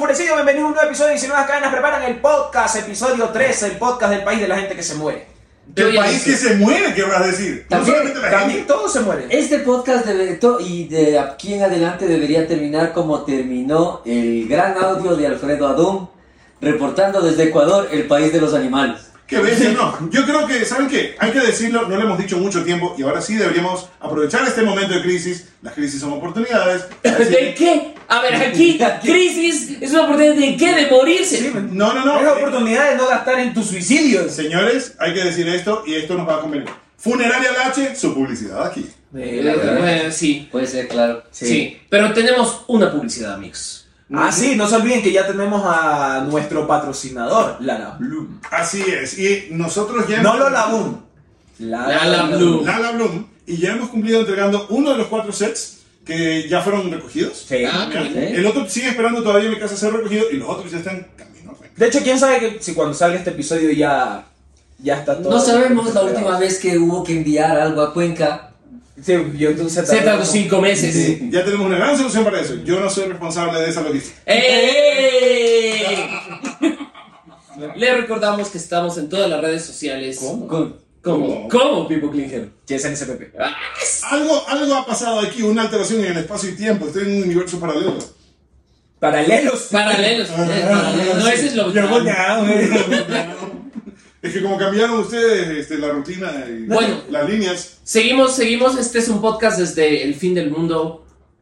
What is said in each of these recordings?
parecido? Bienvenidos a un nuevo episodio de 19 Cadenas Preparan el podcast, episodio 13, el podcast del país de la gente que se muere. Yo El ya país dije. que se muere, querrás decir. No También- solamente la También gente. todos se Eh, mueren. Este podcast debe- to- y de aquí en adelante debería terminar como terminó el gran audio de Alfredo Adum, reportando desde Ecuador, el país de los animales. Que veces no. Yo creo que, ¿saben qué? Hay que decirlo, no lo hemos dicho mucho tiempo y ahora sí deberíamos aprovechar este momento de crisis. Las crisis son oportunidades. ¿De qué? A ver, aquí, crisis es una oportunidad de qué? De morirse. No, no, no. Es la oportunidad de no gastar en tus suicidios. Señores, hay que decir esto y esto nos va a convenir. Funeraria Lache, su publicidad aquí. Eh, bueno, sí, Puede ser, claro. sí, Pero tenemos una publicidad, amigos. Ah, sí, no se olviden que ya tenemos a nuestro patrocinador, Lala Bloom. Así es. Y nosotros ya. No hemos- Lola Bloom. Lala Bloom. Lala Bloom. Y ya hemos cumplido entregando uno de los cuatro sets que ya fueron recogidos. Sí. Ah, Ya. ok. El otro sigue esperando todavía en mi casa ser recogido y los otros ya están camino. pues. De hecho, quién sabe que si cuando salga este episodio ya, ya está todo. No sabemos la última vez que hubo que enviar algo a Cuenca. Sí, yo entonces. Se tardó cinco meses. Sí, Ya tenemos una gran solución para eso. Yo no soy responsable de esa logística. ¡Ey! ¡Eh! Le recordamos que estamos en todas las redes sociales. ¿Cómo? Con- ¿Cómo? ¿Cómo, Pipo Klinger? Que es NSPP. Ah, Algo, algo ha pasado aquí, una alteración en el espacio y tiempo. Estoy en un universo paralelo. Paralelos. Paralelos. eh, paralelos. No, ese es lo Yo voy a- Es que como cambiaron ustedes este, la rutina y Bueno. las líneas. Seguimos, seguimos. Este es un podcast desde el fin del mundo.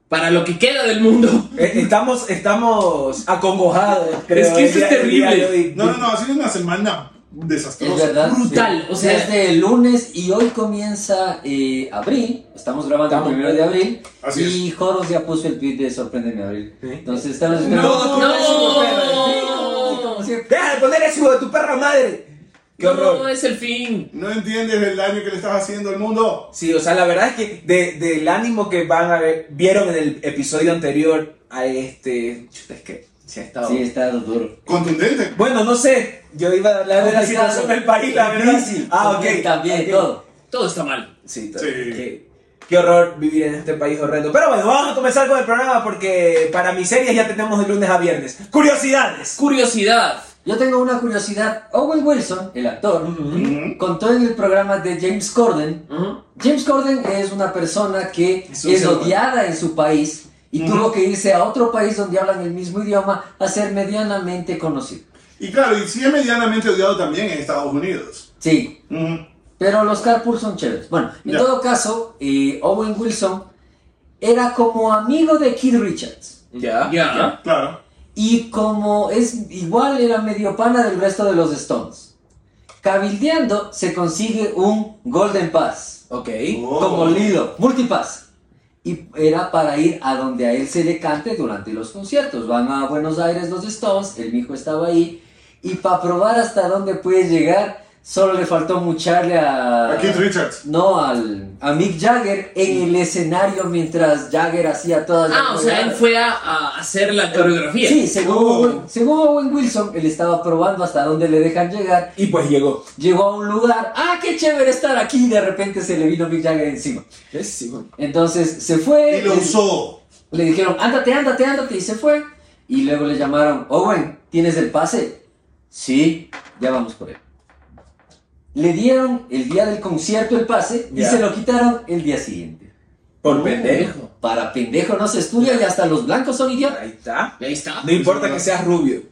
Para lo que queda del mundo. Eh, Estamos, estamos acongojados. creo, Es que esto el día- es el día terrible. de hoy. No, no, no, ha sido una semana Es desastrosa. verdad. brutal, o sea- Desde el lunes y hoy comienza eh, abril. Estamos grabando Estamos- el primero de abril. Así y Joros ya puso el tweet de Sorpréndeme Abril. ¿Sí? Entonces estamos No, esperando- no. Sí, como siempre. Deja de poner eso, hijo de tu perra madre. Qué horror. No es el fin. No entiendes el daño que le estás haciendo al mundo. Sí, o sea, la verdad es que de- del ánimo que van a ver, vieron en el episodio anterior a este. Chuta, es que se ha estado. Sí, está duro. Contundente. Bueno, no sé, yo iba a hablar de la Complicado. situación del país, la verdad. Difícil, Ah, ok. porque También ok. todo. Todo está mal. Sí, Sí. Qué, qué horror vivir en este país horrendo. Pero bueno, vamos a comenzar con el programa porque para mis series ya tenemos de lunes a viernes. ¡Curiosidades! Curiosidad. Yo tengo una curiosidad. Owen Wilson, el actor, Ujú. contó en el programa de James Corden. James Corden es una persona que Es un es ser humano. odiada en su país y Ujú. tuvo que irse a otro país donde hablan el mismo idioma a ser medianamente conocido. Y claro, y sí es medianamente odiado también en Estados Unidos. Sí, Ujú. Pero los carpool son chéveres. Bueno, en Ya. todo caso, eh, Owen Wilson era como amigo de Keith Richards. Ya. Ya. Claro. Y como es igual era medio pana del resto de los Stones. Cabildeando se consigue un Golden Pass. Ok. Oh. Como Lilo, Multipass. Y era para ir a donde a él se le cante durante los conciertos. Van a Buenos Aires los Stones, el mijo estaba ahí. Y para probar hasta dónde puede llegar, solo le faltó mucharle a... A Keith Richards. No, al, a Mick Jagger en el escenario mientras Jagger hacía todas Ah, o sea, él jugadas. fue a, a hacer la coreografía. Sí, según, Oh. Owen, según Owen Wilson, él estaba probando hasta dónde le dejan llegar. Y pues llegó. Llegó a un lugar, ¡ah, qué chévere estar aquí! Y de repente se le vino Mick Jagger encima. Entonces se fue. Y lo le- usó. Le dijeron, ándate, ándate, ándate, y se fue. Y luego le llamaron, Owen, ¿tienes el pase? Sí, ya vamos por él. Le dieron el día del concierto el pase y Ya. se lo quitaron el día siguiente. Por pendejo. Para pendejo no se estudia y hasta los blancos son idiotas. Ahí está. Ahí está. Pues No importa que seas rubio.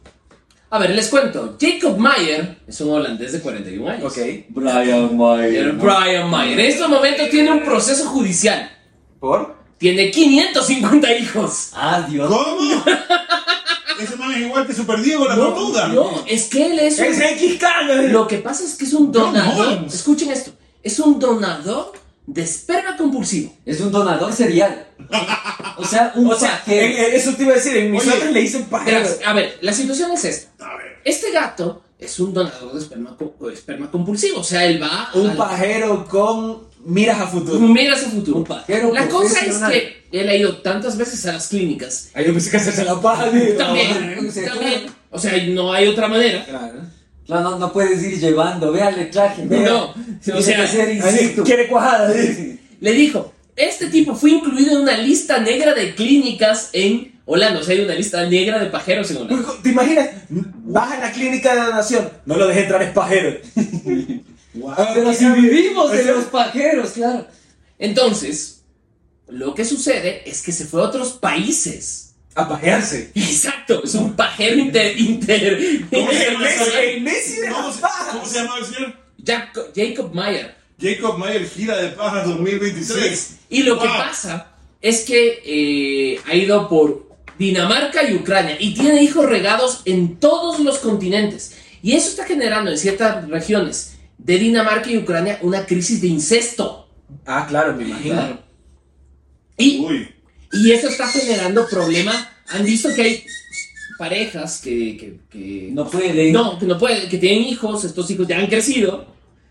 A ver, les cuento. Jacob Mayer es un holandés de 41 Pues años. Ok. Brian El Mayer. Brian Mayer. En estos momentos tiene un proceso judicial. ¿Por? Tiene 550 hijos. Adiós. ¿Cómo? Ese man es igual que Super Diego, la tortuga. no, es que él es un- ¡Es X Lo que pasa es que es un John donador. Holmes. Escuchen esto. Es un donador de esperma compulsivo. Es un donador serial. O sea, un O sea, eh, pajero. en- en- eso te iba a decir, en mis Oye, otras le hice un pajero. Verás, A ver, la situación es esta. A ver. Este gato es un donador de esperma, co- esperma compulsivo. O sea, él va a Un la- pajero con miras a Mm. futuro. Mira su futuro. Un pajero la cosa es profesional. que él ha ido tantas veces a las clínicas. Ahí yo pensé que hacerse la paja, tío. También, o sea, también. O sea, no hay otra manera. Claro. No, no, no puedes ir llevando. Véale traje. vea. No, o Tiene que sea, ser in Ahí, situ. Quiere cuajada. tío. le dijo, este tipo fue incluido en una lista negra de clínicas en Hola, nos hay una lista negra de pajeros en Holanda. Uy, ¿Te imaginas? Vas a la clínica de la nación. No lo dejes entrar, es pajero. Pues Pero si vivimos de los pajeros, claro. Entonces, lo que sucede es que se fue a otros países. A pajearse. Exacto, es un pajero inter... inter ¿Cómo se Pues, llama Messi, ese? el Pues, Messi de ¿Cómo las se, pajas. ¿Cómo se llama el señor? Jaco- Jacob Mayer. Jacob Mayer, gira de pajas 2023. Y lo que Wow. pasa es que eh, ha ido por Dinamarca y Ucrania y tiene hijos regados en todos los continentes. Y eso está generando en ciertas regiones de Dinamarca y Ucrania una crisis de incesto. Ah, claro, me imagino. Claro. Y, Uy, y eso está generando problemas. Han visto que hay parejas que, que- que- No pueden. no, que no pueden, que tienen hijos, estos hijos ya han crecido.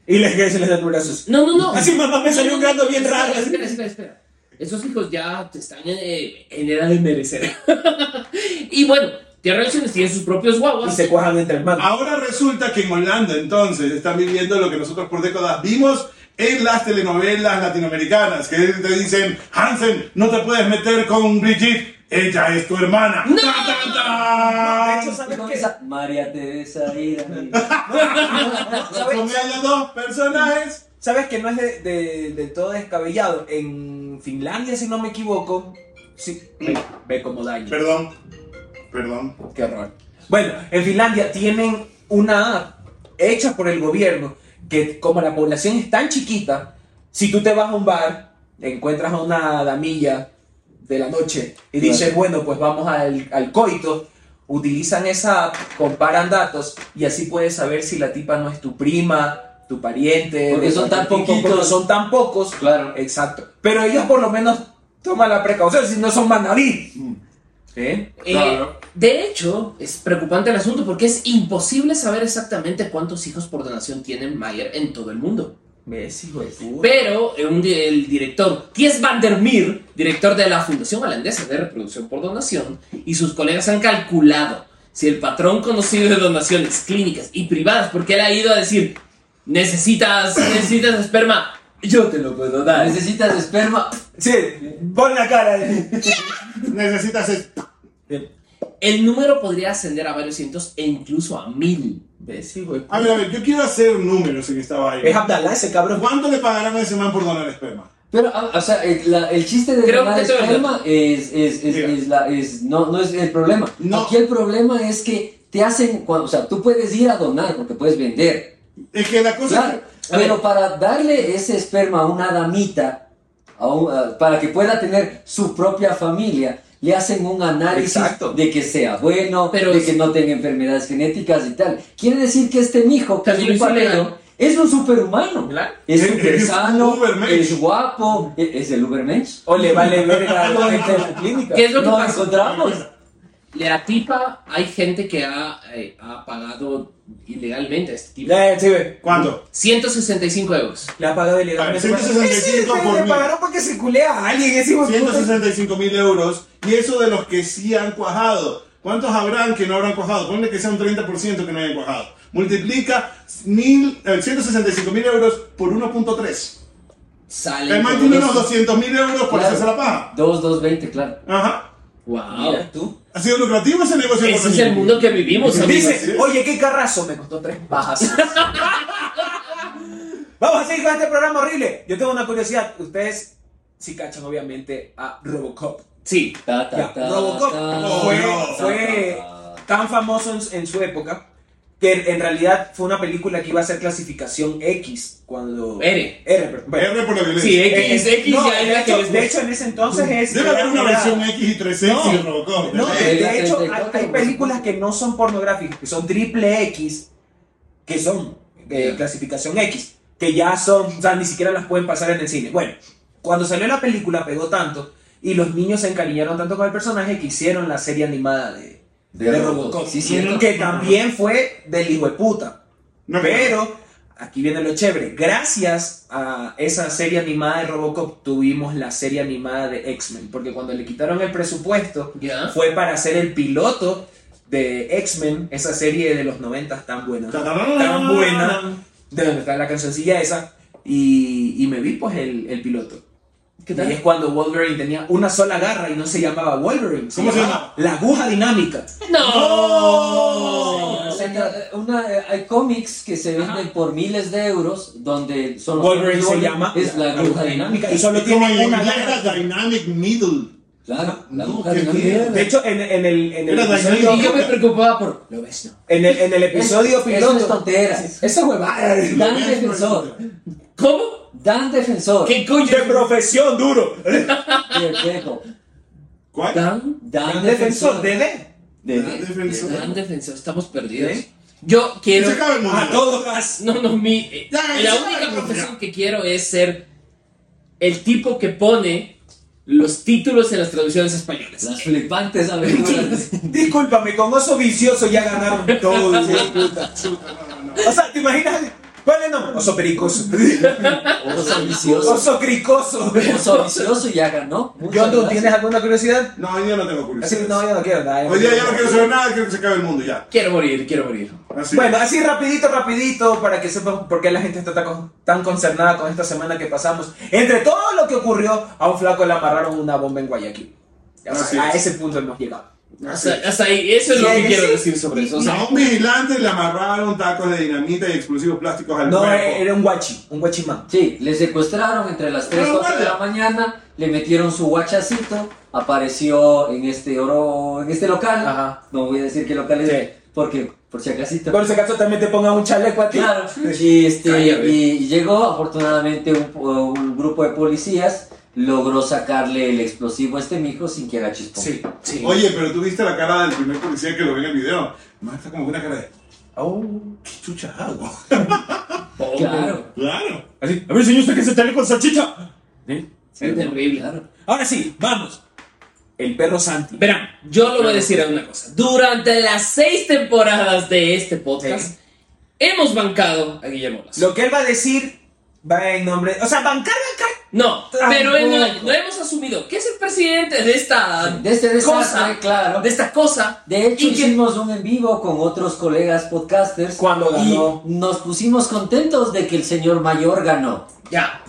Y les que se les da por brazos. No, no, no. Así, mamá, me salió un gato bien Espera, raro. Espera, espera, espera. Esos hijos ya están eh, en edad de merecer. y bueno, tienen relaciones, tienen sus propios Y guaguas. se cuajan entre hermanos. ahora resulta que en Holanda entonces están viviendo lo que nosotros por décadas vimos en las telenovelas latinoamericanas, que te dicen, Hansen, no te puedes meter con Brigitte, ella es tu hermana. ¡No! ¡Tan, tan, tan! De hecho, ¿sabes Con qué? esa María Teresa Ira. ¿Sabes? Acompañan dos personajes. ¿Sabes que no es de, de- de todo descabellado? En Finlandia, si no me equivoco. Sí, ve, ve como daño. Perdón, perdón. Qué horror. Bueno, en Finlandia tienen una app hecha por el gobierno que, como la población es tan chiquita, si tú te vas a un bar, encuentras a una damilla de la noche y Claro. dices, bueno, pues vamos al, al coito, utilizan esa app, comparan datos y así puedes saber si la tipa no es tu prima, tu pariente. Porque de son tan cualquier tipo, poquitos. porque son tan pocos. Claro. Exacto. Pero ellos por lo menos toman la precaución, si no son manabí. Mm. ¿Eh? Eh, Claro. De hecho, es preocupante el asunto porque es imposible saber exactamente cuántos hijos por donación tienen Mayer en todo el mundo. ¿Ves, hijo de puta? Pero eh, un di- el director Thies van der Meer, director de la Fundación Holandesa de Reproducción por Donación, y sus colegas han calculado si el patrón conocido de donaciones clínicas y privadas, porque él ha ido a decir, necesitas, necesitas esperma, yo te lo puedo dar. Necesitas esperma. Sí, pon la cara. de- Necesitas... es- El número podría ascender a varios cientos e incluso a mil. ¿Ves, hijo de A puta? ver, a ver, yo quiero hacer números en esta Es vaina. Abdalá ese cabrón. ¿Cuánto le pagarán a ese man por donar esperma? Pero, ah, o sea, el, la- el chiste de Creo donar que te doy esperma es, es, es, Mira. es la, es, no, no es el problema. No. Aquí el problema es que te hacen, cua- o sea, tú puedes ir a donar porque puedes vender. Es que la cosa... Claro, A ver. pero para darle ese esperma a una damita, a un- a- para que pueda tener su propia familia, le hacen un análisis Exacto. de que sea bueno, Pero de es- que no tenga enfermedades genéticas y tal. Quiere decir que este mijo, que es También un lo hizo legal. pajero, es un superhumano. Claro. Es Es- súper es sano, Ubermensch. es guapo, e- es el Ubermensch. O le vale verga a la gente de la clínica. ¿Qué es lo que Nos pasa? encontramos. La tipa, hay gente que ha, eh, ha pagado ilegalmente a este tipo. Ya, ya, sí, ve. ¿Cuánto? 165 euros. Le ha pagado el A ver, edad. 165 por Le mí. pagaron porque se culea a alguien ese hijo de puta. 165 mil euros y eso de los que sí han cuajado. ¿Cuántos habrán que no habrán cuajado? Ponle que sea un 30% que no hayan cuajado. Multiplica mil, eh, 165 mil euros por 1.3. Sale. El man con tiene eso. unos 200 mil euros por Claro. hacerse la paja. 2, 2, 20, claro. Ajá. Wow. Mira tú. ¿Ha sido lucrativo ese negocio? Ese es económico? el mundo que vivimos, amigos. Dice, oye, qué carrazo. Me costó tres pajas. Vamos a seguir con este programa horrible. Yo tengo una curiosidad. Ustedes sí cachan, obviamente, a Robocop. Sí. Ta, ta, Ya, ta, Robocop ta, fue, no, fue ta, ta. tan famoso en, en su época que en- en realidad fue una película que iba a ser clasificación X cuando... R. R, pero- bueno. R por la violencia. Sí, Eh, X, X no, ya de, era que hecho, les- de hecho, en ese entonces es... Debe haber una era- versión X y ¿eh? 3X No. de Robocop. No, ¿verdad? de, Era de hecho, hay- 34, hay, por películas supuesto. que no son pornográficas, que son triple X, que son eh, Ya. clasificación X, que ya son, o sea, ni siquiera las pueden pasar en el cine. Bueno, cuando salió la película pegó tanto y los niños se encariñaron tanto con el personaje que hicieron la serie animada de, De de Robocop. Robocop, Sí, cierto. que también fue del hijo de puta. No, Pero aquí viene lo chévere. Gracias a esa serie animada de Robocop tuvimos la serie animada de X-Men. Porque cuando le quitaron el presupuesto Ya. fue para hacer el piloto de X-Men, esa serie de los 90 tan buena. Tan buena. De donde está la cancioncilla esa. Y, y me vi pues el, el piloto. ¿Qué Y tal? es cuando Wolverine tenía una sola garra y no se llamaba Wolverine. ¿Cómo se llamaba? La aguja dinámica. ¡No! O sea, una- eh, hay cómics que se venden Ajá. por miles de euros donde solo Wolverine se llama es la aguja dinámica. y solo Es como tiene en una inglés garra. era Dynamic Needle. Claro, la No, aguja qué mierda. dinámica. De hecho, en, en el, en el Era episodio, Y yo me preocupaba por. ¿Lo ves? No. en el, en el episodio Eso- piloto. eso es tonteras. Esa huevada. Dan defensor. ¿Cómo? Dan defensor. ¿Qué coño? De profesión duro. Qué viejo. ¿Cuál? Dan, Dan Defensor, defensor. DD. De- Dan de- defensor. Dan defensor, estamos perdidos. ¿Eh? Yo Que quiero. se acabe el A mundo. todo gas. No, no, mi. eh, Ya, ya, la ya, única ya. profesión que quiero es ser el tipo que pone los títulos en las traducciones españolas. Las flipantes aventuras. Discúlpame, con oso vicioso ya ganaron todos. hijo de puta. O sea, ¿te imaginas? ¿Cuál es el nombre? Oso pericoso. Oso vicioso. Oso cricoso. Oso vicioso ya ganó. John Muchas Doe, gracias. ¿tienes alguna curiosidad? No, yo no tengo curiosidad. Sí, no, yo no quiero nada. Hoy día ya no quiero saber nada, quiero que se acabe el mundo ya. Quiero morir, quiero morir. Así. Bueno, así rapidito, rapidito, para que sepan por qué la gente está tan, con- tan concernada con esta semana que pasamos. Entre todo lo que ocurrió, a un flaco le amarraron una bomba en Guayaquil. O sea, Así a es. ese punto hemos llegado. Así. Hasta, hasta ahí, eso es lo Sí, que que quiero sí. decir sobre eso. O sea, a un vigilante le amarraron tacos de dinamita y explosivos plásticos al No, cuerpo. eh, era un guachi, un guachimán. Sí, le secuestraron entre las 3 y Pero 4 de guarda. la mañana, le metieron su guachacito, apareció en este oro, en este local. Ajá. No voy a decir qué local es, Sí. porque por si acasito. Por si acaso también te pongan un chaleco a ti. Claro, y, este, Ay, a ver. y- y llegó afortunadamente un, un grupo de policías, logró sacarle el explosivo a este mijo sin que haga chispón. Sí, sí. Oye, pero tú viste la cara del primer policía que lo ve en el video. Más está como una cara de, Oh. ¿qué chucha hago? pobre. Claro. Claro. Así, a ver, señor, usted que se sale con salchicha. Es terrible. Ahora sí, vamos. El perro Santi. Verán, yo lo voy a decir a una cosa. Durante las seis temporadas de este podcast, hemos bancado a Guillermo Lazo. Lo que él va a decir va en nombre. O sea, bancar, bancar. No, pero él no, Tampoco. no hemos asumido que es el presidente de esta De este desastre, cosa, claro. de esta cosa. De hecho, y que- hicimos un en vivo con otros colegas podcasters. Cuando ganó. Y nos pusimos contentos de que el señor mayor ganó. ya,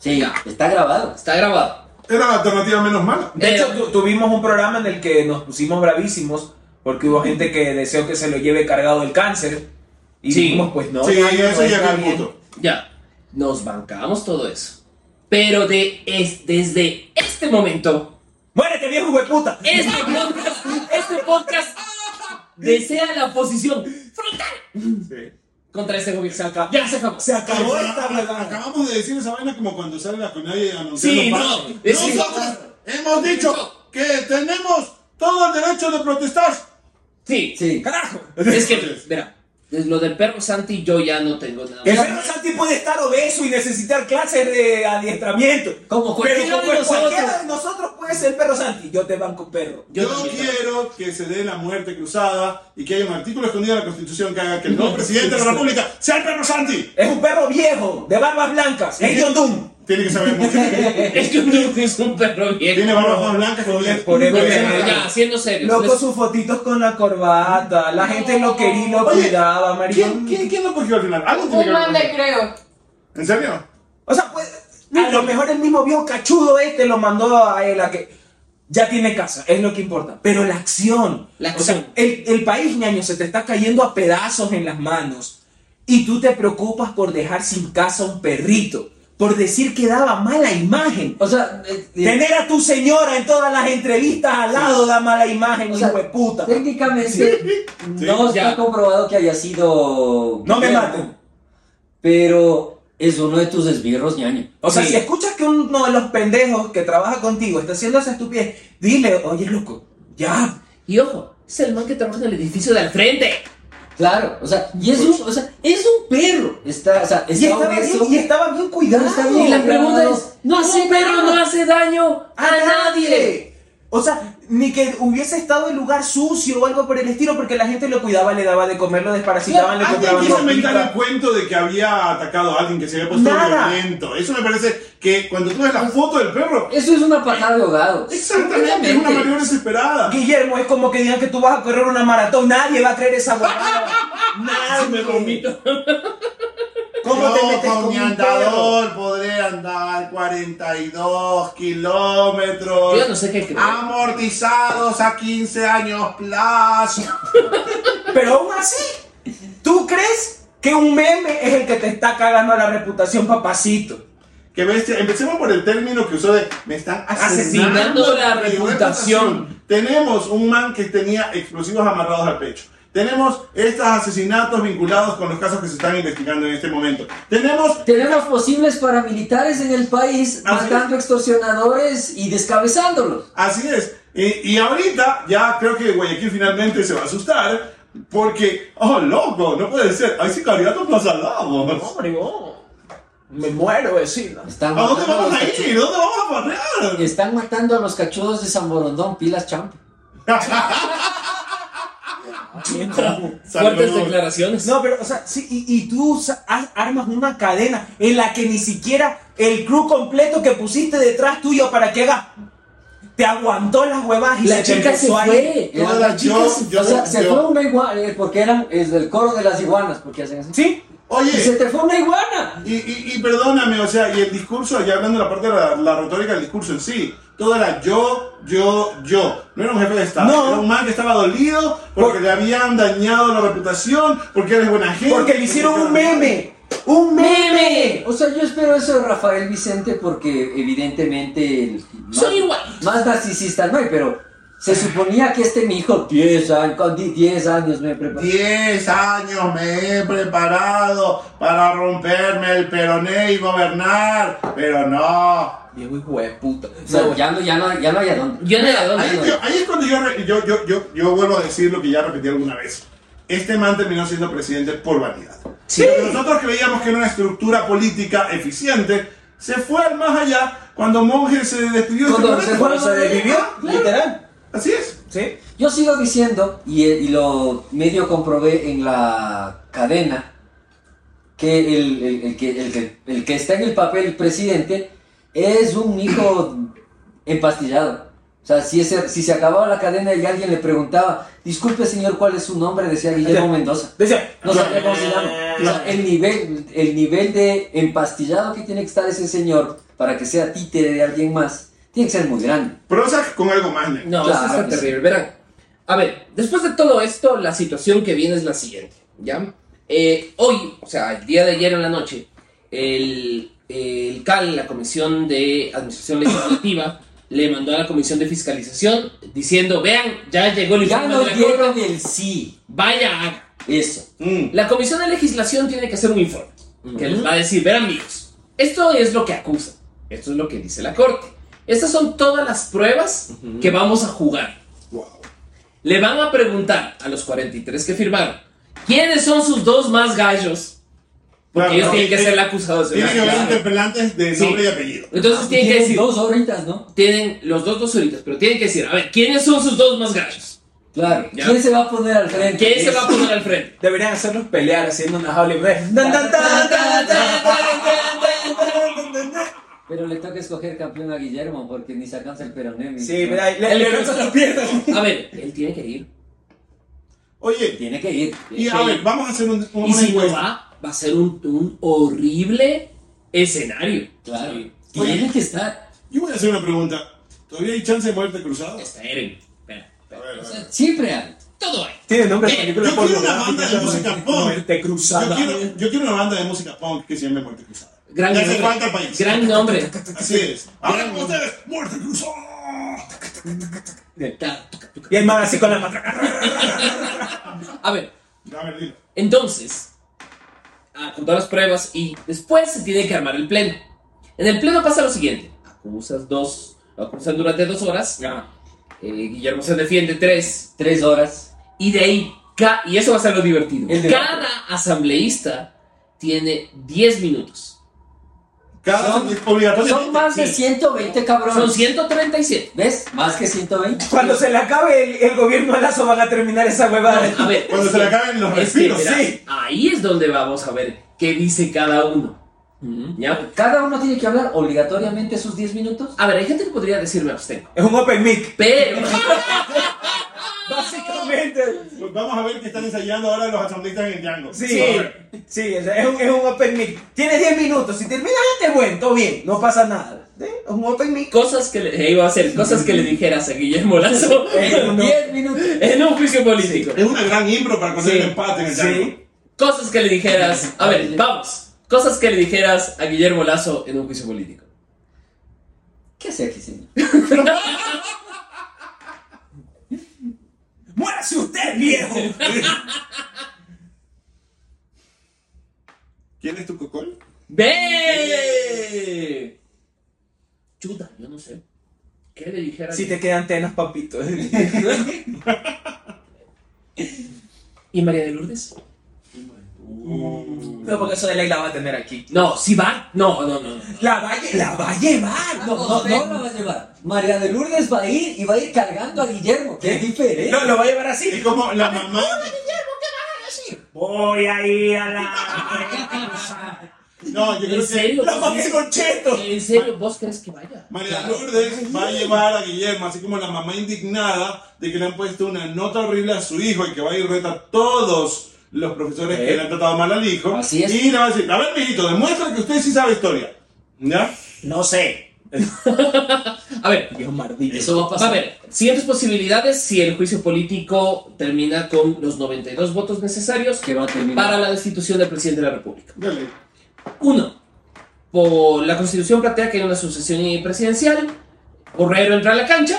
Sí, Ya. está grabado. está grabado. Era la alternativa menos mala. De Eh, hecho, tu- tuvimos un programa en el que nos pusimos bravísimos porque hubo gente que deseó que se lo lleve cargado el cáncer. Y Sí. dijimos, pues no. sí, no, no eso está ya es bien. el punto. Ya, nos bancamos todo eso. Pero de es, desde este momento, Muérete, viejo hueputa. este podcast, este podcast desea la oposición frontal Sí. contra este gobierno. Se acabó. Ya se acabó. Se acabó Pero, esta a- a- huevada. Acabamos de decir esa vaina como cuando sale la con y anunciando Sí, no, paz. es- Nosotros hemos dicho que tenemos todo el derecho de protestar. Sí, Sí. Carajo. es que, verá, desde lo del perro Santi yo ya no tengo nada El más. perro Santi puede estar obeso y necesitar clases de adiestramiento. Como cualquiera Pero como de nosotros. cualquiera de nosotros puede ser perro Santi. Yo te banco perro. Yo, también. quiero que se dé la muerte cruzada y que haya un artículo escondido en la Constitución que haga que el nuevo presidente de la República sea el perro Santi. Es un perro viejo, de barbas blancas. Es John Doom. Tiene que saber mucho. Es que un- es un perro viejo. Tiene barbas más blancas que Por- él. por el- Bueno, Pero- ya, siendo serios. Loco, les- sus fotitos con la corbata. La gente lo quería y lo Oye, cuidaba, marido. ¿Quién, quién, quién lo cogió al final? ¿Algo tiene que ver Un man con le eso. creo. ¿En serio? O sea, pues, a lo mejor el mismo viejo cachudo este lo mandó a él a que ya tiene casa, es lo que importa. Pero la acción, La o sea, acción. el, el país, ñaño, se te está cayendo a pedazos en las manos y tú te preocupas por dejar sin casa a un perrito, por decir que daba mala imagen. O sea, eh, eh, Tener a tu señora en todas las entrevistas al lado da mala imagen, o hijo sea, de puta. técnicamente no ya. está comprobado que haya sido. No me maten. Pero es uno de tus desbierros, ñaño. O sea, Sí. si escuchas que uno de los pendejos que trabaja contigo está haciendo esa estupidez, dile, oye, loco, ya. Y ojo, es el man que trabaja en el edificio de al frente. Claro, o sea, y es un, o sea, es un perro. Está, o sea, pues. Y está estaba, bien, obeso. y estaba bien cuidado. Está bien Y la Claro. pregunta es, No hace un perro nada. no hace daño a, nadie. O sea, ni que hubiese estado el lugar sucio o algo por el estilo, porque la gente lo cuidaba, le daba de comer, lo desparasitaban, le Alguien compraban quiso ropita. inventar el cuento de que había atacado a alguien que se había puesto Nada. violento. Eso me parece que cuando tú ves la foto del perro, Eso es una patada de ahogado. exactamente, es una maniobra desesperada. Guillermo, es como que digan que tú vas a correr una maratón, nadie va a creer esa huevada. nadie. Me vomito. ¿Cómo te metes con con mi un andador podré andar 42 kilómetros. Yo no sé qué creer. Amortizados a 15 años plazo. Pero aún así, ¿tú crees que un meme es el que te está cagando la reputación, papacito? Que bestia. Empecemos por el término que usó de me están asesinando, Asesinando la mi reputación. Tenemos un man que tenía explosivos amarrados al pecho. Tenemos estos asesinatos vinculados con los casos que se están investigando en este momento. Tenemos Tenemos posibles paramilitares en el país Ah, Así matando extorsionadores y descabezándolos. Así es. Y, y ahorita ya creo que Guayaquil finalmente se va a asustar porque, oh, loco, no puede ser. Hay sicariatos más al lado. Hombre, oh, me muero, vecino. ¿A Están dónde matando vamos los a ir? ¿Dónde vamos a parrear? Eh, Están matando a los cachudos de San Borondón, pilas champa. Fuertes Salud. declaraciones. No, pero, o sea, sí, y, y tú sa- ar- armas una cadena en la que ni siquiera el crew completo que pusiste detrás tuyo para que haga. Te aguantó las huevas y La te chica se empezó a ir. fue. Todas la las- chica yo- se- yo- o sea, se yo- fue una iguana, eh, porque eran es del coro de las iguanas, porque hacen así. Sí, Y se Oye, te fue una iguana. y, y, y perdóname, o sea, y el discurso, ya hablando de la parte de la, la retórica del discurso en sí, todo era yo, yo, yo. No era un jefe de Estado, No. era un man que estaba dolido porque Por- le habían dañado la reputación, porque eres buena gente. porque le hicieron un meme. ¡Un meme! O sea, yo espero eso de Rafael Vicente porque evidentemente el más, Soy igual. más narcisista no hay, pero se suponía que este mi hijo 10 años, con 10 años me preparó. 10 años me he preparado para romperme el peroné y gobernar, pero no. Viejo hijo de puta. O sea, ya no, ya no, ya no hay a dónde. Yo no era Ahí, dónde. es que- ahí es cuando yo, re- yo, yo, yo, yo vuelvo a decir lo que ya repetí alguna vez. Este man terminó siendo presidente por vanidad. Sí. Lo que Nosotros creíamos que era una estructura política eficiente, se fue al más allá cuando Monge se despidió. de su Cuando cargo. se fue, se desvivió, literal. Así es. Sí. Yo sigo diciendo, y, eh, y lo medio comprobé en la cadena, que el, el- el que el que- el que está en el papel presidente es un hijo empastillado. O sea, si, ese- si se acababa la cadena y alguien le preguntaba, disculpe señor, ¿cuál es su nombre? Decía Guillermo Mendoza. Decía, No sabía cómo se llama. O sea, el nivel, el nivel de empastillado que tiene que estar ese señor para que sea títere de alguien más, tiene que ser muy grande. Prozac con algo más. ¿no? No, Claro eso está que sí. terrible. Verán, a ver, después de todo esto, la situación que viene es la siguiente, ¿ya? Eh, hoy, o sea, el día de ayer en la noche, el, el CAL, la Comisión de Administración Legislativa, le mandó a la Comisión de Fiscalización diciendo, vean, ya llegó el Ya informe no Pues de la Corte, dieron el sí. vaya, haga". Eso. Mm. La Comisión de Legislación tiene que hacer un informe que les va a decir, ver amigos, esto es lo que acusan, esto es lo que dice la Corte, estas son todas las pruebas que vamos a jugar. Wow. Le van a preguntar a los 43 que firmaron, ¿quiénes son sus dos más gallos? Porque Claro, ellos no, tienen que eh, ser la acusados. Tienen Ah, que haber interpelantes de Sí. nombre y apellido. Entonces tienen que Tienen decir, dos horitas, ¿no? tienen los dos dos horitas, pero tienen que decir, a ver, ¿quiénes son sus dos más gallos? Claro. Ya. ¿Quién se va a poner al frente? ¿Quién se va a poner al frente? deberían hacerlos pelear haciendo una jaula y ver. "Tan, tan, tan, tan, tan, tan, tan, tan". Pero le toca escoger campeón a Guillermo porque ni se alcanza el peroné. mi Sí, hijo. mira, le, le rozan las piernas. A ver, él tiene que ir. Oye, Tiene que ir. y a ver, vamos a hacer un, un- Y una si no encuesta. va, va a ser un, un horrible escenario. Claro. Oye. Tiene que estar. Yo voy a hacer una pregunta. ¿Todavía hay chance de muerte cruzado? Está Eren. Espera, A espera. ver, a O ver. sea, siempre hay. Todo hay. Tiene nombre Eh, de película yo quiero una pornográfica, banda de música ¿no? pop. Muerte Yo cruzada. quiero, yo quiero una banda de música punk que se llame Muerte Cruzada. Gran ya se nombre. falta el país. Gran nombre. Así es. Ahora con ustedes, Muerte Cruzada. Ta- tuca, tuca. Y el man así con la matraca. A ver, A ver, dime. entonces, ah, con todas las pruebas y después se tiene que armar el pleno. En el pleno pasa lo siguiente. Acusas dos, lo acusan durante dos horas. Eh, Guillermo se defiende tres. Tres horas. Y de ahí, ca- y eso va a ser lo divertido. El debate. Cada asambleísta tiene 10 minutos. Cada Son- obligatorio. Son más de Sí. 120 cabrones. Son 137. ¿Ves? Más que 120. Cuando se le acabe el, el gobierno a Lazo van a terminar esa huevada. No, a ver, Cuando es se le que- acaben los es que, respiros, verás, sí. Ahí es donde vamos a ver qué dice cada uno. ¿Ya? Mm. Cada uno tiene que hablar obligatoriamente sus 10 minutos. A ver, hay gente que podría decirme abstengo. Es un open mic. Pero, Básicamente. gente. Vamos a ver qué están ensayando ahora los asambleístas en el Django. Sí, sí, o sea, es, un, es un open mic. Tienes 10 minutos. Si terminas antes, bueno, todo bien. No pasa nada. ¿Sí? Es un open mic. Cosas que le eh, iba a hacer, cosas que le dijeras a Guillermo Lazo Eh, en 10 minutos en un juicio político. Es una gran impro para conseguir Sí. un empate en el Django. Sí. Cosas que le dijeras, a ver, vamos. Cosas que le dijeras a Guillermo Lazo en un juicio político. ¿Qué hace aquí, señor? ¡Muérase usted, viejo! ¿Quién es tu cocol? ¡Ve! Chuta, yo no sé. ¿Qué le dijera? Si te quedan tenas, papito. ¿Y María de Lourdes? No, porque eso de ley la va a tener aquí. No, si va. No, no, no. no. La va, a lle- la va a llevar. No, no, no la va a llevar. María de Lourdes va a ir y va a ir cargando a Guillermo. Qué diferente. No, lo va a llevar así. Es como la mamá. Voy a ir a la. No, yo ¿En creo que serio? ¡Lo maté con cheto! ¿En serio vos crees que vaya? María Lourdes va a llevar a Guillermo, así como la mamá indignada de que le han puesto una nota horrible a su hijo y que va a ir reta a todos los profesores que ¿Eh? le han tratado mal al hijo. Así es. Y le va a decir, a ver, mijito, demuestra que usted sí sabe historia. ¿Ya? No sé. A ver, Dios mardillo. Eso va a va a pasar. ver. Siguientes posibilidades si el juicio político termina con los 92 votos necesarios Que va a terminar. para la destitución del presidente de la República. Dale. Uno, por la constitución plantea que hay una sucesión presidencial, Borrero entra a la cancha,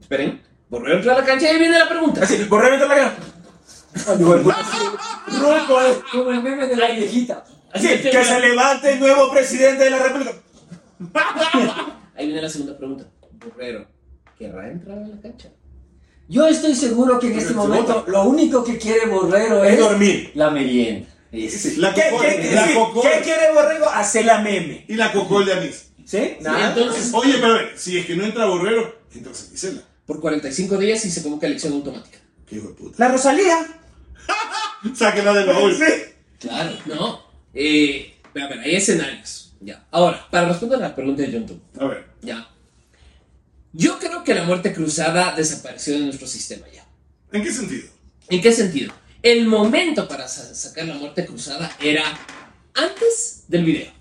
esperen, Borrero entra a la cancha y ahí viene la pregunta. Así, borré la cara. Ay, hijo de puta. Ruego, eh. Como el meme de la viejita. Así, que se levante el nuevo presidente de la República. Ahí viene la segunda pregunta. Borrero, ¿querrá entrar a la cancha? Yo estoy seguro que en este Pero se momento vota. lo único que quiere Borrero Es es dormir. la merienda. Es- La ¿Qué, cocol, qué- la sí, cocol. ¿qué quiere Borrego? Hacer la meme. Y la cocol de Anís. ¿Sí? Nada. entonces, Oye, pero a ver, si es que no entra Borrero, entonces Gisela. por 45 días y se convoca elección automática. Qué hijo de puta. La Rosalía. Sáquenla del baúl. Claro. No, eh, pero a ver, hay escenarios. Ya. Ahora, para responder a la pregunta de John Doe, A ver. ya. Yo creo que la muerte cruzada desapareció de nuestro sistema ya. ¿En qué sentido? ¿En qué sentido? El momento para sa- sacar la muerte cruzada era antes del video.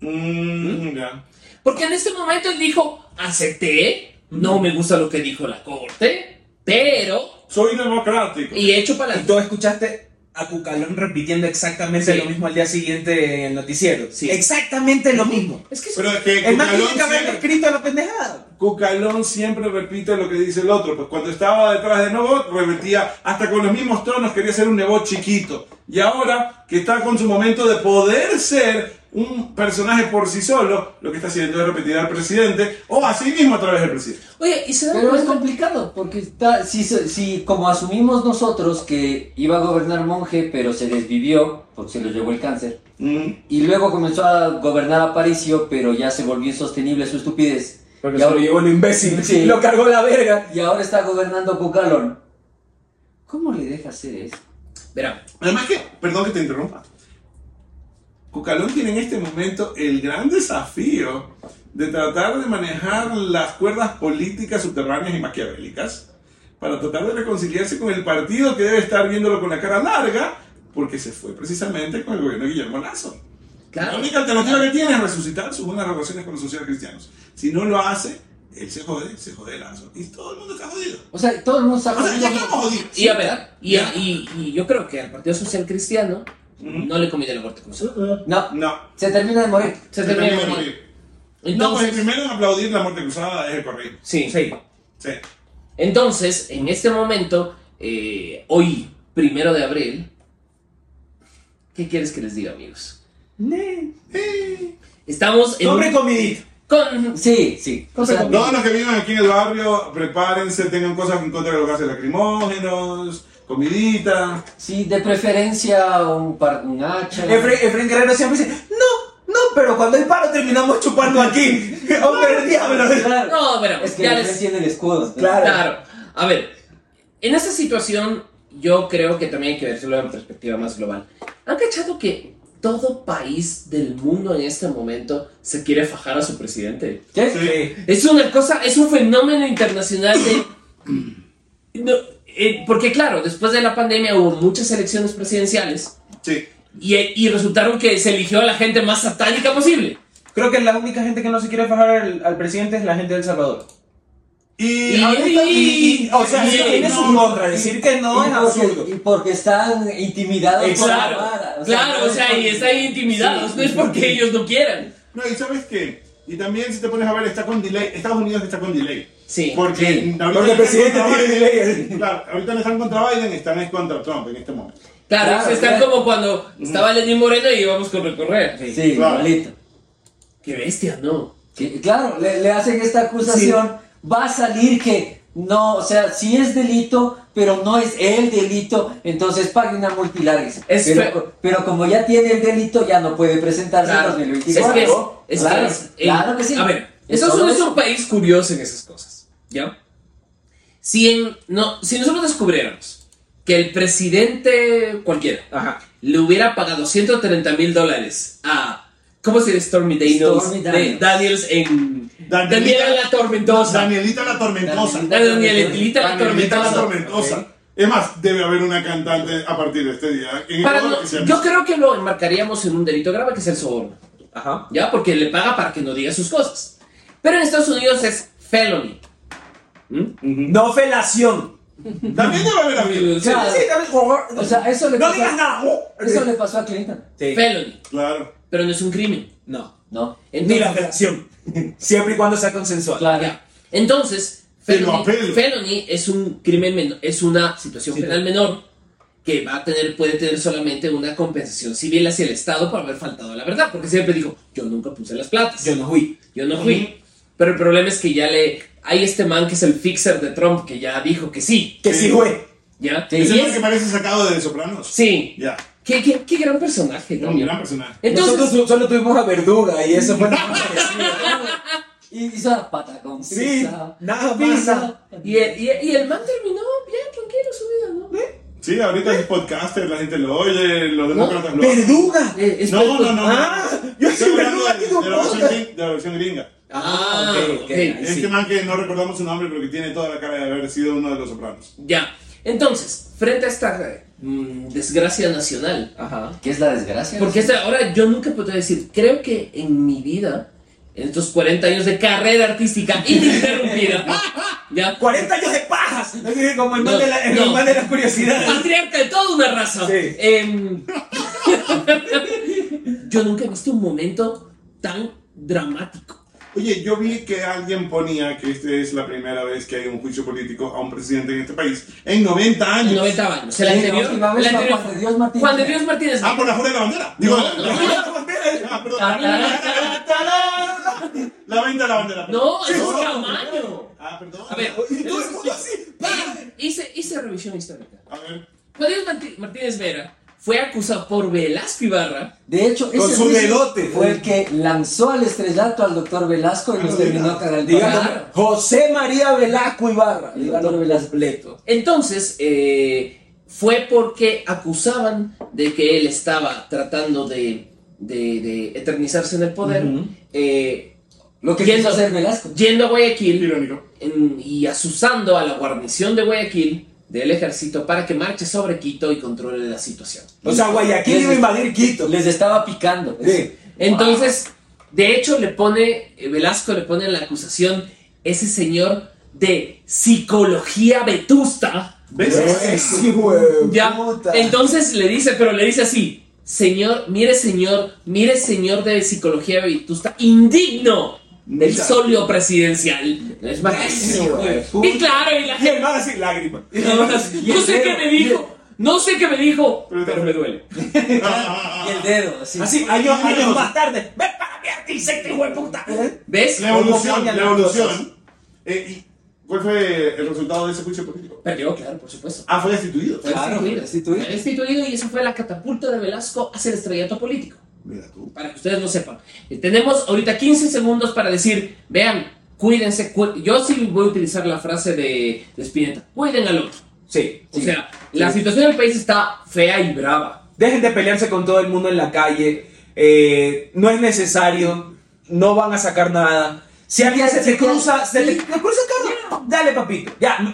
Mmm, ya. Porque en este momento él dijo, acepté, no me gusta lo que dijo la corte, pero... Soy democrático. Y hecho para Y tú escuchaste a Cucalón repitiendo exactamente Sí. lo mismo al día siguiente en el noticiero. Sí. Exactamente lo mismo. Es que... Pero es que Es más, Cucalón tiene que haberlo siempre- escrito a la pendejada. Cucalón siempre repite lo que dice el otro, pues cuando estaba detrás de Novot, repetía hasta con los mismos tonos, quería ser un Novot chiquito. Y ahora que está con su momento de poder ser un personaje por sí solo, lo que está haciendo es repetir al presidente, o a sí mismo a través del presidente. Oye, y se dan Pero es cuenta- complicado, porque está, si, se- si como asumimos nosotros que iba a gobernar Monje, pero se desvivió, porque se lo llevó el cáncer, Mm. y luego comenzó a gobernar Aparicio, pero ya se volvió insostenible su estupidez, Porque Y ahora- llevó el imbécil. Sí. Lo cargó la verga. y ahora está gobernando Cucalón. ¿Cómo le deja hacer eso? Verá, Además que, perdón que te interrumpa, Cucalón tiene en este momento el gran desafío de tratar de manejar las cuerdas políticas subterráneas y maquiavélicas para tratar de reconciliarse con el partido que debe estar viéndolo con la cara larga porque se fue precisamente con el gobierno de Guillermo Lazo. La claro. única alternativa que tiene es resucitar sus buenas relaciones con los socialcristianos. Si no lo hace, él se jode, se jode Lazo. Y todo el mundo está jodido. O sea, todo el mundo está O sea, ya estamos jodidos. Y a ver, y, a- y- y yo creo que al Partido Social Cristiano Ujú. no le conviene la muerte cruzada. No, No. se termina de morir. Se termina de morir. No, pues el Entonces, primero en aplaudir la muerte cruzada es el correo. sí. Sí. Sí. Entonces, en este momento, eh, hoy, primero de abril, ¿qué quieres que les diga, amigos? Ne. Estamos en. Hombre comidito. con- Sí, sí. O sea, Todos los que viven aquí en el barrio, prepárense, tengan cosas en contra de los gases lacrimógenos, comidita. sí, de preferencia un, par, un hacha. Efren, Efren Guerrero siempre dice, no, no, pero cuando hay paro terminamos chupando aquí. Hombre del diablo. Claro. No, pero. Es que ya no les- tiene el escudo. Claro. Claro. A ver, en esta situación, yo creo que también hay que verlo en perspectiva más global. ¿Han cachado que todo país del mundo en este momento se quiere fajar a su presidente? ¿Qué? Sí. Es una cosa, es un fenómeno internacional de. No, eh, porque claro, después de la pandemia hubo muchas elecciones presidenciales Sí. y, y resultaron que se eligió a la gente más satánica posible. Creo que la única gente que no se quiere fajar al, al presidente es la gente del Salvador. Y, Y- ahorita- Y, y- o sea, Sí, eso tiene no, su contra. Decir que no y es porque- absurdo. Y porque están intimidados por la vara. Claro, claro, no o es sea, y porque- están intimidados, no es porque ellos no quieran. No, y sabes qué? Y también si te pones a ver, está con delay. Estados Unidos está con delay. Sí. Porque, Sí. ahorita Porque el no están presidente contra tiene Biden. delay. Claro, ahorita no están contra Biden, están es contra Trump en este momento. Claro, Claro, o sea, están claro. como cuando estaba Lenín Moreno y íbamos con recorrer. Sí, Claro. igualito. Qué bestia, ¿no? Que- claro, le, le hacen esta acusación, va a salir que no, o sea, sí es delito, pero no es el delito, entonces pague una multilargues. Es fe- Pero, co- pero como ya tiene el delito, ya no puede presentarse Claro. en Es que 2024. es, es claro, que es- eh, claro que sí. A ver, Entonces, Estados Unidos es un país curioso en esas cosas, ¿ya? Si, en, no, si nosotros descubriéramos que el presidente cualquiera Ajá. le hubiera pagado 130 mil dólares a. ¿Cómo se dice Stormy Daniels? Stormy De- Daniels. Daniels en. Danielita- Daniela la Tormentosa. Danielita la Tormentosa. Danielita Danielita Danielita la la Tormentosa. Tormentosa. Ok. Es más, debe haber una cantante a partir de este día. En Para Ecuador no- que se llame- yo creo que lo enmarcaríamos en un delito grave que es el soborno. Ajá. ¿ya? Porque le paga para que no diga sus cosas. Pero en Estados Unidos es felony. No felación. También debe haber amigos. O sea, Claro. Sí, dame- O sea, eso le no pasa- digas nada. Eso le pasó a Clinton. Sí. felony, Claro. pero no es un crimen. No. No. Ni la Entonces, felación. Siempre y cuando sea consensual. Claro. ya. Entonces, Te lo felony, apelo. felony es un crimen menor, es una situación Sí. penal menor que va a tener, puede tener solamente una compensación civil hacia el Estado por haber faltado a la verdad, porque siempre dijo, yo nunca puse las platas. Yo no fui. Yo no fui. Pero el problema es que ya le. Hay este man que es el fixer de Trump que ya dijo que sí. Que sí fue. ¿Ya? Sí. Y Ese es el es- que parece sacado de Sopranos. sí. Ya. ¿Qué, qué, qué gran personaje, ¿no? Un gran personaje. Entonces, Nosotros su- solo tuvimos a Verduga y eso fue. Y hizo pata con sí. pizza. Nada más. Pizza. y el, y, el- y el man terminó bien tranquilo su vida, Sí, ahorita es podcaster, la gente lo oye, los demócratas lo oyen. ¡Verduga! ¿no? Eh, es No, no, poco- no, no. Ah, yo soy Estoy hablando Verduga, de, digo, de la versión puta. gring- de la versión gringa. Ah, ok, ok. ok. Es Sí. que man que no recordamos su nombre, pero que tiene toda la cara de haber sido uno de los sopranos. Ya. Entonces, frente a esta eh, mm, desgracia nacional, Ajá. ¿Qué es la desgracia? porque hasta ahora yo nunca puedo decir, creo que en mi vida, en estos 40 años de carrera artística ininterrumpida, ya, 40 años de pajas. Es que como el man, No, de, la, el no. man de las curiosidades. patriarca de toda una raza. Sí. Em, yo nunca he visto un momento tan dramático. Oye, yo vi que alguien ponía que esta es la primera vez que hay un juicio político a un presidente en este país en 90 años. 90 años. El Sí, anterior, la última vez el fue anterior- Juan de Dios Martínez. Juan de Dios Martínez. Ah, por la jura de la bandera. Digo, No, la, no. la jura de la bandera. Ah, perdón. Tarara, La venta de la bandera. No, Sí, es un no. tamaño. Ah, perdón. A ver, Y todo el mundo así. ¡pam! hice, hice revisión histórica. A ver. Juan de Dios Martí- Martínez Vera fue acusado por Velasco Ibarra. De hecho, Con ese su juicio dedote. ¿eh? fue el que lanzó al estrellato al doctor Velasco y Ah, nos no, terminó no. cagando. Digamos, Claro. José María Velasco Ibarra. El Ibarra doctor Velasco. completo. Entonces, eh, fue porque acusaban de que él estaba tratando de, de- de eternizarse en el poder, Ujú. eh, Lo que Yendo. quiso hacer Velasco. yendo a Guayaquil Irónico. en- y asusando a la guarnición de Guayaquil del ejército para que marche sobre Quito y controle la situación. O sea, Guayaquil iba a invadir Quito. Les estaba picando. Sí. Entonces, de hecho, le pone, eh, Velasco le pone en la acusación ese señor de psicología vetusta. ¿Ves? Eh, Sí, güey. Ya. puta. Entonces le dice, pero le dice así: Señor, mire, señor, mire, señor de psicología vetusta, indigno del Mira. solio presidencial. Es más, Sí, güey. Y claro, y la Y gente. el man así, lágrimas. No sé qué me dijo, no sé qué me dijo, Pero- pero me duele. Ah, ah, ah, Y el ah. dedo, así. Así, años, años más tarde. Ven para mí, artisecto, hijo de puta. ¿Ves? La evolución, Cómo la cambian las cosas. evolución. Eh, ¿y ¿Cuál fue el resultado de ese juicio político? Perdió, claro, por supuesto. Ah, fue destituido. Pues Fue Claro, destituido. fue destituido. Fue destituido y eso fue la catapulta de Velasco hacia el estrellato político. Mira tú. Para que ustedes lo sepan. Eh, Tenemos ahorita 15 segundos para decir, vean, cuídense. cu- Yo sí voy a utilizar la frase de, de Spinetta. Cuiden al otro. Sí. O sea, la situación del país está fea y brava. Dejen de pelearse con todo el mundo en la calle. eh, no es necesario. No van a sacar nada. Si alguien se te cruza, se te, te cruza el carro, dale papito. Ya.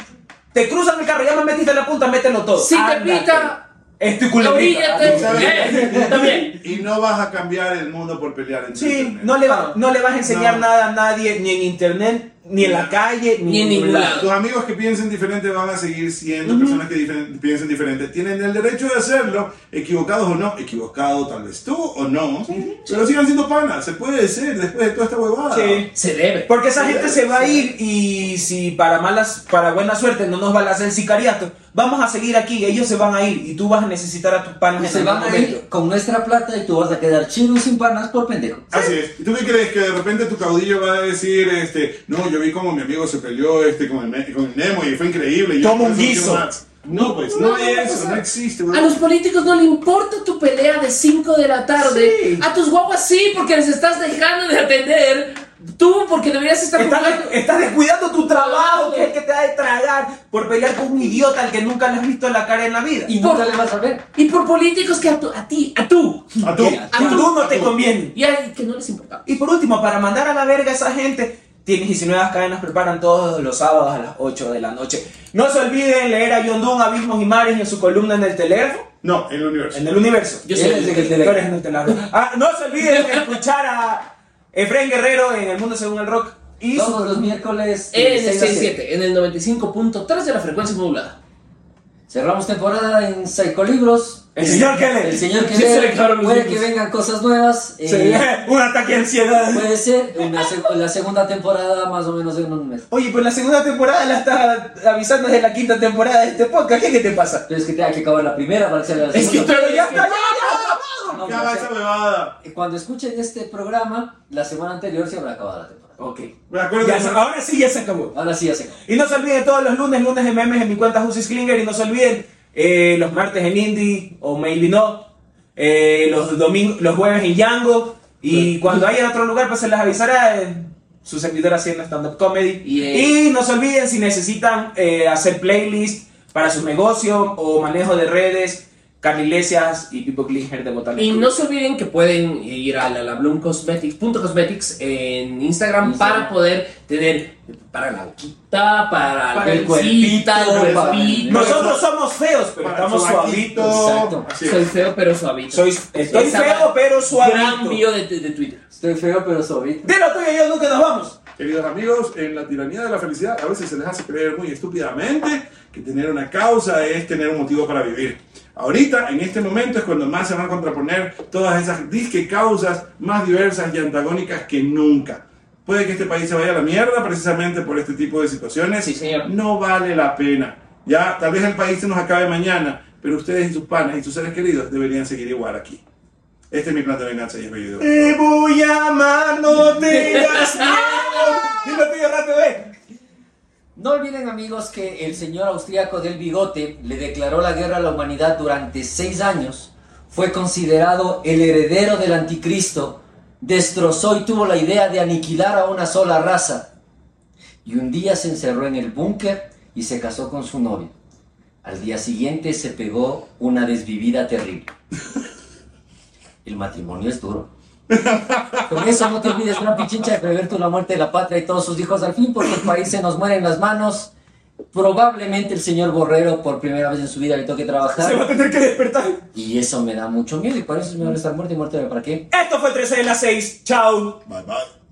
Te cruzan el carro, ya me metiste la punta, mételo todo. Si te Ándate. pica, Es tu culerita. oríllate. ¿sabes? Eh, También. Y no vas a cambiar el mundo por pelear en Sí, internet. no le, va- no le vas a enseñar No. nada a nadie, ni en internet, ni en la calle, ni, Ni en ningún lado. Tus amigos que piensen diferente van a seguir siendo Ujú. personas que difen- piensen diferente. Tienen el derecho de hacerlo, equivocados o no, equivocado tal vez tú o no, pero sigan siendo panas. Se puede decir después de toda esta huevada. Sí. Se debe. Porque esa gente se va a ir y si para malas, para buena suerte no nos van a hacer sicariato, vamos a seguir aquí, ellos se van a ir y tú vas a necesitar a tus panas en Se algún van a momento. ir con nuestra plata y tú vas a quedar chino y sin panas por pendejo. Así es. ¿Y tú qué crees? Que de repente tu caudillo va a decir, este, no, yo vi como mi amigo se peleó este, con, el, ne- con el Nemo y fue increíble. y yo Toma por un eso no quiero guiso. más". No, pues, no, No, no va a es eso, pasar. no existe. A huevón. los políticos no le importa tu pelea de 5 de la tarde. Sí. A tus guaguas sí, porque les estás dejando de atender. Tú, porque deberías estar Estás, jugando. estás descuidando tu trabajo, que es el que te da de tragar por pelear con un idiota al que nunca le has visto la cara en la vida. Y nunca le vas a ver. Y por políticos que a, tu- a ti, a tú. A tú. a tú no te conviene. Y a- que no les importaba. Y por último, para mandar a la verga a esa gente, tienes 19 cadenas preparan todos los sábados a las 8 de la noche. No se olviden leer a John Donne, Abismos y Mares en su columna en el teléfono, No, en el universo. en el universo. Yo soy Él el es el que te Tú le- eres en el teléfono. Ah, no se olviden de escuchar a Efraín Guerrero en El Mundo Según el Rock y su- Todos los miércoles. de En el 6 a 7. 67, en el 95.3 de la frecuencia modulada. Cerramos temporada en Psicolibros. el señor que El lee. señor que Sí, lee, se le acabaron los puede libros. que vengan cosas nuevas. eh, Sí, un ataque de ansiedad. Puede ser una seg- la segunda temporada más o menos en un mes. Oye, pues la segunda temporada la estás avisando desde la quinta temporada de este podcast. ¿Qué, qué te pasa? Pero es que tenga que acabar la primera para que sea la Es que segunda. Pero ya está, ya, No, Ya no va sé. esa huevada. Cuando escuchen este programa, la semana anterior se habrá acabado la temporada. Ok. Recuerden- ahora sí ya se acabó. Ahora sí ya se acabó. Y no se olviden todos los lunes, lunes de memes en mi cuenta Jussis Klinger. Y no se olviden eh, los martes en Indie o Maybe No. eh, los, domingos, los jueves en Django. Y cuando haya en otro lugar, pues se las avisará eh, su servidor haciendo stand-up comedy. Yeah. Y no se olviden si necesitan eh, hacer playlist para su negocio o manejo de redes. Carl Iglesias y Pipo Klinger de Botánico. Y no se olviden que pueden ir a lalablumcosmetics.cosmetics en Instagram Instagram. para poder tener para la boquita, para, Para la el pancita, el cuerpito, para- cuerpito. Nosotros somos feos, pero Para estamos suavito. suavitos. Exacto. Así es. Soy feo pero suavito. Soy, estoy Esa feo, pero Gran suavito. bio de, de Twitter. Estoy feo, pero suavito. De lo tuyo y yo nunca nos vamos. Queridos amigos, en la tiranía de la felicidad a veces se les hace creer muy estúpidamente que tener una causa es tener un motivo para vivir. Ahorita, en este momento, es cuando más se van a contraponer todas esas disque causas más diversas y antagónicas que nunca. Puede que este país se vaya a la mierda precisamente por este tipo de situaciones. Sí, señor. No vale la pena. Ya, tal vez el país se nos acabe mañana, pero ustedes y sus panas y sus seres queridos deberían seguir igual aquí. Este es mi plan de venganza y es bello. Te voy a amar, no tengas miedo. Dilo tuyo, rato, ve. No olviden, amigos, que el señor austríaco del bigote le declaró la guerra a la humanidad durante seis años. Fue considerado el heredero del anticristo. Destrozó y tuvo la idea de aniquilar a una sola raza. Y un día se encerró en el búnker y se casó con su novia. Al día siguiente se pegó una desvivida terrible. El matrimonio es duro. Con eso no te olvides, una pichincha, de prever tú la muerte de la patria y todos sus hijos al fin, porque el país se nos muere en las manos. Probablemente el señor Borrero por primera vez en su vida le toque Se va a trabajar. tener que despertar. Y eso me da mucho miedo y para eso es mejor estar muerto y muerto de para qué. Esto fue 13 de las 6. Chao. Bye bye.